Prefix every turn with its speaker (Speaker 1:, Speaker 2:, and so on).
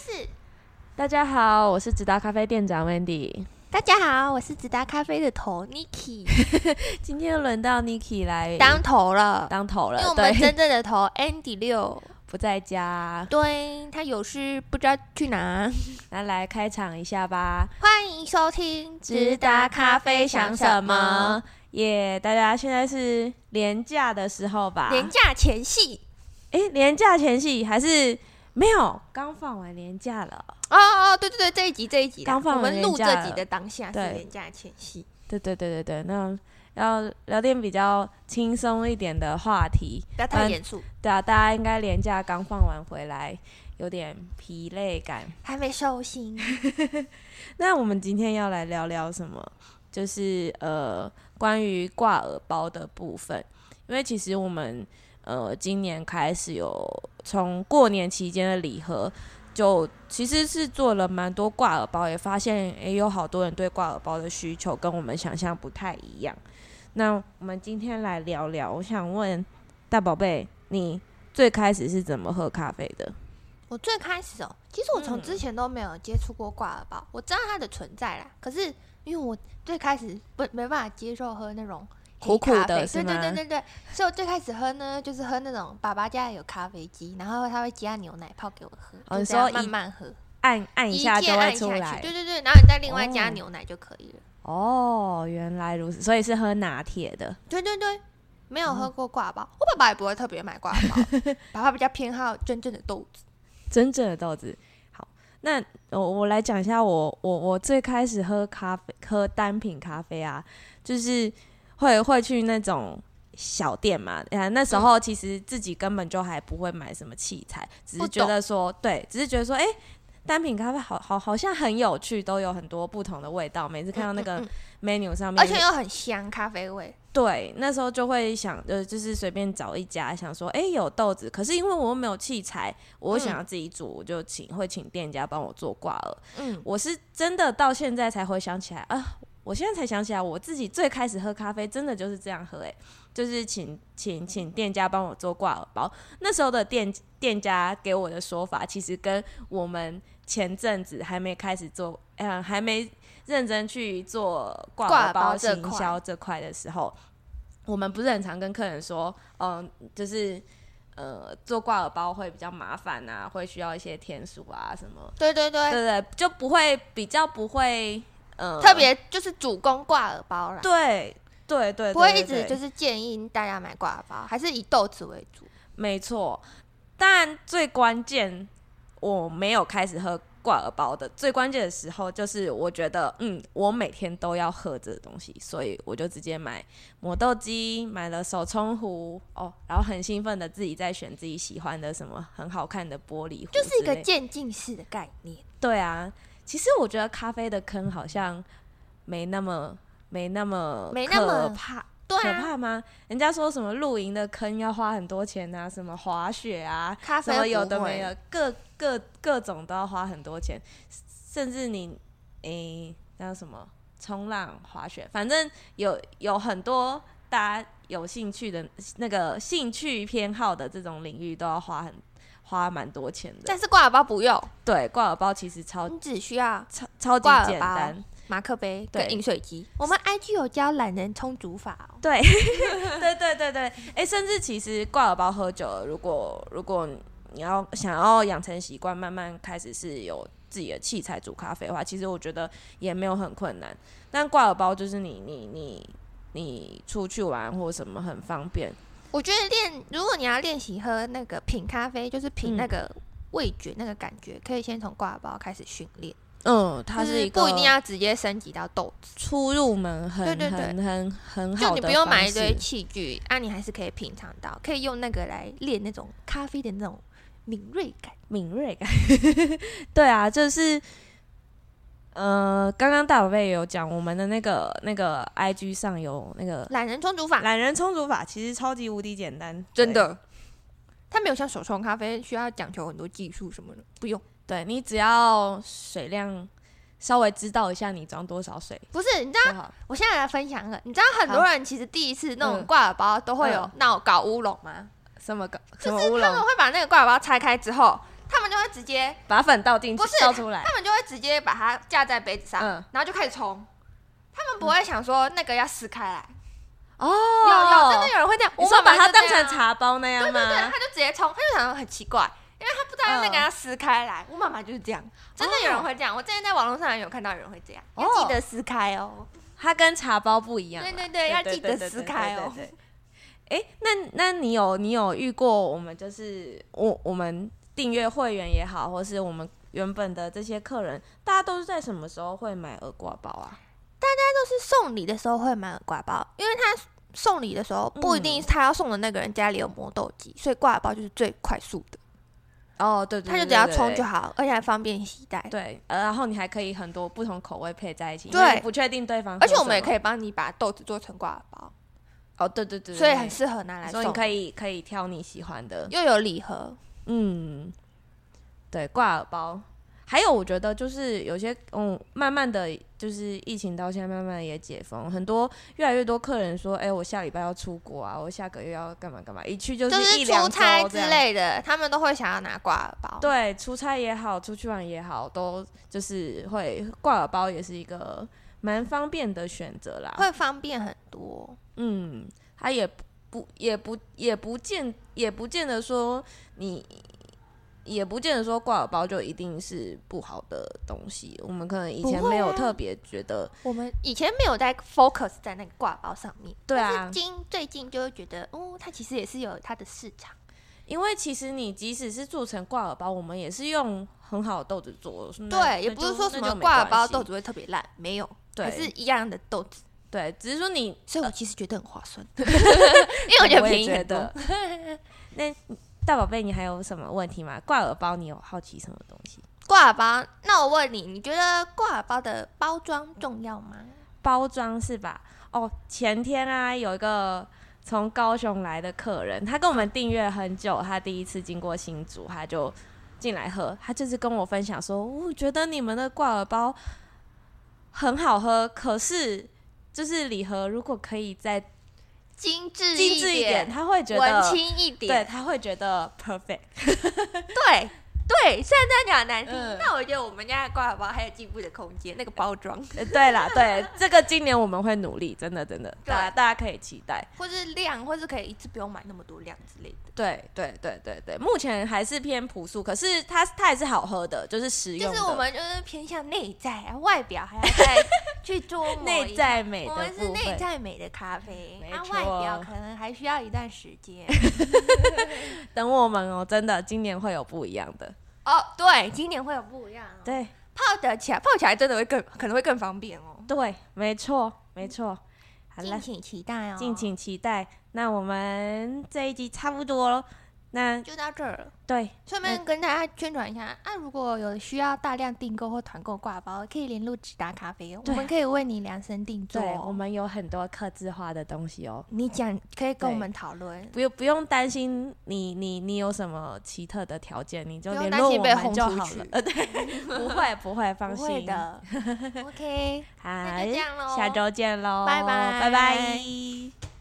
Speaker 1: 始。
Speaker 2: 大家好，我是直达咖啡店长 Wendy。
Speaker 1: 大家好，我是直达咖啡的头 Niki，
Speaker 2: 今天轮到 Niki 来
Speaker 1: 当头了，
Speaker 2: 当头
Speaker 1: 因为
Speaker 2: 了，
Speaker 1: 我们
Speaker 2: 对，
Speaker 1: 真正的头 Andy 六，
Speaker 2: 不在家，
Speaker 1: 对他有事不知道去哪。
Speaker 2: 那来开场一下吧。
Speaker 1: 欢迎收听直达咖啡想什么？？
Speaker 2: 耶、大家现在是廉假的时候吧？
Speaker 1: 廉假前戏
Speaker 2: 诶，廉假前夕还是没有？刚放完廉假了。
Speaker 1: 哦哦，对对对，这一集这一集啦，
Speaker 2: 刚放
Speaker 1: 我
Speaker 2: 完
Speaker 1: 们录
Speaker 2: 连假
Speaker 1: 这
Speaker 2: 了
Speaker 1: 集的当下是
Speaker 2: 对
Speaker 1: 廉假前戏，
Speaker 2: 对对对对对，那要聊点比较轻松一点的话题。
Speaker 1: 不要太
Speaker 2: 嗯
Speaker 1: 严肃，
Speaker 2: 对啊，大家应该廉假刚放完回来，有点疲累感。
Speaker 1: 还没收心。
Speaker 2: 那我们今天要来聊聊什么？就是呃，关于挂耳包的部分，因为其实我们呃今年开始有从过年期间的礼盒，就其实是做了蛮多挂耳包，也发现也有好多人对挂耳包的需求跟我们想象不太一样。那我们今天来聊聊，我想问大宝贝，你最开始是怎么喝咖啡的？
Speaker 1: 我最开始哦，其实我从
Speaker 2: 嗯
Speaker 1: 之前都没有接触过挂耳包，我知道它的存在啦，可是因为我最开始不没办法接受喝那种黑
Speaker 2: 苦苦
Speaker 1: 咖
Speaker 2: 的
Speaker 1: 啡
Speaker 2: 是
Speaker 1: 对对对
Speaker 2: 吗
Speaker 1: 对对，所以我最开始喝呢，就是喝那种爸爸家有咖啡机，然后他会加牛奶泡给我喝，
Speaker 2: 哦
Speaker 1: 就
Speaker 2: 你
Speaker 1: 这样
Speaker 2: 说
Speaker 1: 慢
Speaker 2: 一
Speaker 1: 慢喝，
Speaker 2: 按按一下就
Speaker 1: 键按
Speaker 2: 会
Speaker 1: 下
Speaker 2: 出来
Speaker 1: 去，，对对对，然后你再另外
Speaker 2: 哦
Speaker 1: 加牛奶就可以了。
Speaker 2: 哦，原来如此，所以是喝拿铁的。
Speaker 1: 对对对，没有喝过挂耳包，我爸爸也不会特别买挂耳 包，爸爸比较偏好真正的豆子。
Speaker 2: 真正的豆子。好，那我我来讲一下我我我最开始喝咖啡喝单品咖啡啊，就是会会去那种。小店嘛，啊，那时
Speaker 1: 嗯
Speaker 2: 候其实自己根本就还不会买什么器材，只是
Speaker 1: 不
Speaker 2: 觉得说，对，只是觉得说，哎、单品咖啡好好好像很有趣，都有很多不同的味道。每次看到那
Speaker 1: 嗯
Speaker 2: 个
Speaker 1: 嗯
Speaker 2: menu 上面，
Speaker 1: 而且又很香咖啡味，
Speaker 2: 对，那时候就会想，呃，就是随便找一家，想说，哎、有豆子，可是因为我又没有器材，我想要自己煮，我就请会请店家帮我做挂耳。
Speaker 1: 嗯，
Speaker 2: 我是真的到现在才回想起来啊，我现在才想起来，我自己最开始喝咖啡真的就是这样喝、诶，就是请请请店家帮我做挂耳包。那时候的店店家给我的说法，其实跟我们前阵子还没开始做，呃，还没认真去做挂
Speaker 1: 挂
Speaker 2: 耳
Speaker 1: 耳包
Speaker 2: 包
Speaker 1: 这
Speaker 2: 行
Speaker 1: 块
Speaker 2: 销这块的时候，我们不是很常跟客人说，嗯、就是。呃，做挂耳包会比较麻烦啊，会需要一些天数啊什么，
Speaker 1: 对对对，
Speaker 2: 对对，就不会比较不会，呃，
Speaker 1: 特别就是主攻挂耳包啦，
Speaker 2: 对对对对，
Speaker 1: 不会
Speaker 2: 对
Speaker 1: 一直
Speaker 2: 对
Speaker 1: 就是建议大家买挂耳包，还是以豆子为主。
Speaker 2: 没错。但最关键，我没有开始喝挂耳包的最关键的时候，就是我觉得，嗯，我每天都要喝这个东西，所以我就直接买磨豆机，买了手冲壶，哦，然后很兴奋的自己在选自己喜欢的什么很好看的玻璃壶之类的，
Speaker 1: 就是一个渐进式的概念，
Speaker 2: 对啊，其实我觉得咖啡的坑好像没那么没那么
Speaker 1: 没那么
Speaker 2: 可怕。
Speaker 1: 对
Speaker 2: 可
Speaker 1: 啊，
Speaker 2: 怕吗？人家说什么露营的坑要花很多钱啊，什么滑雪啊，
Speaker 1: 咖
Speaker 2: 什么
Speaker 1: 啡
Speaker 2: 有
Speaker 1: 不
Speaker 2: 的
Speaker 1: 会
Speaker 2: 没有，各各各种都要花很多钱，甚至你诶那叫什么冲浪、滑雪，反正有有很多大家有兴趣的那个兴趣偏好的这种领域都要花很花蛮多钱的。
Speaker 1: 但是挂耳包不用，
Speaker 2: 对，挂耳包其实超
Speaker 1: 你只需要
Speaker 2: 超超级
Speaker 1: 挂耳
Speaker 2: 简
Speaker 1: 包
Speaker 2: 单，
Speaker 1: 马克杯跟
Speaker 2: 对
Speaker 1: 饮水机。我们 IG 有教懒人冲煮法哦，
Speaker 2: 对，对对对对，哎、甚至其实挂耳包喝酒了，如果如果你要想要养成习惯，慢慢开始是有自己的器材煮咖啡的话，其实我觉得也没有很困难。但挂耳包就是你你你你出去玩或什么很方便，
Speaker 1: 我觉得练，如果你要练习喝那个品咖啡，就是品
Speaker 2: 嗯
Speaker 1: 那个味觉、那个感觉，可以先从挂耳包开始训练，
Speaker 2: 嗯，它
Speaker 1: 就是
Speaker 2: 一个
Speaker 1: 不一定要直接升级到豆子，
Speaker 2: 出入门很
Speaker 1: 对对对
Speaker 2: 很很很好
Speaker 1: 就你
Speaker 2: 的，
Speaker 1: 不用买一堆器具，啊，你还是可以品尝到，可以用那个来练那种咖啡的那种敏锐感。
Speaker 2: 敏锐感。 对啊，就是，呃，刚刚大宝贝也有讲，我们的那个那个 IG 上有那个
Speaker 1: 懒人冲煮法
Speaker 2: 懒人冲煮法，其实超级无敌简单，
Speaker 1: 真的，它没有像手冲咖啡需要讲求很多技术什么的，不用。
Speaker 2: 对。对你只要水量稍微知道一下你装多少水
Speaker 1: 不是，你知道，
Speaker 2: 就好。
Speaker 1: 我现在来分享了。你知道很多人其实第一次那种
Speaker 2: 嗯
Speaker 1: 挂耳包都会有
Speaker 2: 嗯
Speaker 1: 闹搞乌龙吗？
Speaker 2: 什么搞
Speaker 1: 就
Speaker 2: 什么
Speaker 1: 是
Speaker 2: 乌
Speaker 1: 他们
Speaker 2: 龙？
Speaker 1: 会把那个挂耳包拆开之后，他们就会会直接，
Speaker 2: 把粉倒进去
Speaker 1: 不是，
Speaker 2: 倒出来
Speaker 1: 他，们就会直接把它架在杯子上，
Speaker 2: 嗯
Speaker 1: 然后就开始冲。他们不会想说那个要撕开来，
Speaker 2: 哦，
Speaker 1: 有有真的有人会这样，
Speaker 2: 你
Speaker 1: 我
Speaker 2: 说
Speaker 1: 妈
Speaker 2: 把
Speaker 1: 妈
Speaker 2: 它
Speaker 1: 就
Speaker 2: 当
Speaker 1: 这样啊
Speaker 2: 成茶包那样
Speaker 1: 对对对，
Speaker 2: 吗
Speaker 1: 他？就直接冲，他就想说很奇怪，因为他不知道那个
Speaker 2: 嗯
Speaker 1: 要撕开来。我妈妈就是这样，真的有人会这样。我之前在网络上有看到有人会这样，
Speaker 2: 哦
Speaker 1: 要记得撕开哦。
Speaker 2: 它跟茶包不一样啦，啊
Speaker 1: 对对对，要记得撕开哦。
Speaker 2: 对。对对对对对哎、那那你有你有遇过我们就是我我们订阅会员也好，或是我们原本的这些客人，大家都是在什么时候会买耳挂包啊？
Speaker 1: 就是送礼的时候会买耳挂包，因为他送礼的时候不一定
Speaker 2: 嗯
Speaker 1: 是他要送的那个人家里有磨豆机，所以挂耳包就是最快速的，
Speaker 2: 哦，对对
Speaker 1: 他就只要冲
Speaker 2: 冲
Speaker 1: 就好，而且还方便携带。
Speaker 2: 对，呃，然后你还可以很多不同口味配在一起，因
Speaker 1: 对
Speaker 2: 为不确定对方喝
Speaker 1: 而
Speaker 2: 什
Speaker 1: 且
Speaker 2: 么，
Speaker 1: 我们也可
Speaker 2: 以
Speaker 1: 以帮你把豆子做成挂耳包，
Speaker 2: 哦，对对对，
Speaker 1: 所以
Speaker 2: 对
Speaker 1: 很适合拿来
Speaker 2: 所以
Speaker 1: 送
Speaker 2: 你，可以可以挑你喜欢的，
Speaker 1: 又有礼盒。
Speaker 2: 嗯，对，挂耳包。还有，我觉得就是有些，嗯，慢慢的就是疫情到现在，慢慢地也解封，很多越来越多客人说，哎、我下礼拜要出国啊，我下个月要干嘛干嘛，一去就
Speaker 1: 就是
Speaker 2: 一
Speaker 1: 出
Speaker 2: 两周
Speaker 1: 差
Speaker 2: 这
Speaker 1: 之
Speaker 2: 样。
Speaker 1: 类的，他们都会想要拿挂耳包。
Speaker 2: 对，出差也好，出去玩也好，都就是会挂耳包，也是一个蛮方便的选择啦。
Speaker 1: 会方便很多。
Speaker 2: 嗯，他也不也不也不见也不见得说你，也不见得说挂耳包就一定是不好的东西。我们可能以
Speaker 1: 不
Speaker 2: 前
Speaker 1: 会
Speaker 2: 没有
Speaker 1: 啊
Speaker 2: 特别觉得，
Speaker 1: 我们以前没有在 focus 在那个挂包上面，
Speaker 2: 对
Speaker 1: 但
Speaker 2: 啊
Speaker 1: 是，今最近就会觉得，哦，它其实也是有它的市场。
Speaker 2: 因为其实你即使是做成挂耳包，我们也是用很好的豆子做，那嗯那
Speaker 1: 对，也不是
Speaker 2: 就
Speaker 1: 说
Speaker 2: 那
Speaker 1: 什
Speaker 2: 就
Speaker 1: 么
Speaker 2: 没
Speaker 1: 挂耳
Speaker 2: 关
Speaker 1: 包
Speaker 2: 系
Speaker 1: 豆子会特别烂，没有，还是
Speaker 2: 对
Speaker 1: 一样的豆子。
Speaker 2: 对，只是说你
Speaker 1: 所以我其实觉得很划 算，因为我觉得
Speaker 2: 也
Speaker 1: 便宜
Speaker 2: 觉
Speaker 1: 很
Speaker 2: 得
Speaker 1: 多。。
Speaker 2: 那大宝贝，你还有什么问题吗？挂耳包你有好奇什么东西？
Speaker 1: 挂耳包，那我问你，你觉得挂耳包的包装重要吗？
Speaker 2: 包装是吧？哦，前天啊，有一个从高雄来的客人，他跟我们订阅很久，他第一次经过新竹，他就进来喝，他就是跟我分享说，我觉得你们的挂耳包很好喝，可是就是礼盒如果可以再
Speaker 1: 精致
Speaker 2: 精致一点，
Speaker 1: 点，
Speaker 2: 他会觉
Speaker 1: 文
Speaker 2: 得。
Speaker 1: 嗯青一
Speaker 2: 对，
Speaker 1: 点，
Speaker 2: 他会觉得 perfect。
Speaker 1: 对对。虽然这样讲很难听
Speaker 2: 嗯，
Speaker 1: 但我觉得我们家的挂耳包还有进步的空间，那个包装。
Speaker 2: 呃对啦，对，这个今年我们会努力，真的真的，
Speaker 1: 对
Speaker 2: 大家大家可以期待。
Speaker 1: 或是量，或是可以一次不用买那么多量之类的。
Speaker 2: 对对对对对，目前还是偏朴素，可是它它也是好喝的，就是实用
Speaker 1: 就
Speaker 2: 的。
Speaker 1: 是我们就是偏向内在，啊，外表还要再去琢磨
Speaker 2: 内
Speaker 1: 一下。
Speaker 2: 在美的
Speaker 1: 我们是
Speaker 2: 部
Speaker 1: 内
Speaker 2: 分，
Speaker 1: 在美的咖啡，
Speaker 2: 没
Speaker 1: 那、
Speaker 2: 错
Speaker 1: 外表可能还需要一段时 间。
Speaker 2: 等我们哦，真的今年会有不一样的。
Speaker 1: 哦，对，今年会有不一样、哦。，
Speaker 2: 对
Speaker 1: 泡得起来，泡起来真的会更，可能会更方便哦。
Speaker 2: 对，没错没错。好
Speaker 1: 敬
Speaker 2: 了，
Speaker 1: 请期待哦，
Speaker 2: 敬请期待。那我们这一集差不多了。那
Speaker 1: 就到这儿了。
Speaker 2: 对
Speaker 1: 顺
Speaker 2: 嗯
Speaker 1: 便跟大家宣传一下，啊，如果有需要大量订购或团购挂包，可以联络直达咖啡，我
Speaker 2: 对
Speaker 1: 们可以为你量身定做
Speaker 2: 对，
Speaker 1: 哦。
Speaker 2: 我们有很多客制化的东西哦，
Speaker 1: 你讲可以跟我
Speaker 2: 对
Speaker 1: 们讨论，
Speaker 2: 不用不用担心你你你有什么奇特的条件，你就
Speaker 1: 不用
Speaker 2: 联
Speaker 1: 担
Speaker 2: 络
Speaker 1: 心
Speaker 2: 我
Speaker 1: 被
Speaker 2: 们
Speaker 1: 轰
Speaker 2: 就
Speaker 1: 出
Speaker 2: 好
Speaker 1: 去
Speaker 2: 了。 呃，对，不会不会，放
Speaker 1: 不
Speaker 2: 心
Speaker 1: 会的。OK，
Speaker 2: 好，
Speaker 1: 那就这样喽，
Speaker 2: 下周见喽，
Speaker 1: 拜拜
Speaker 2: 拜拜。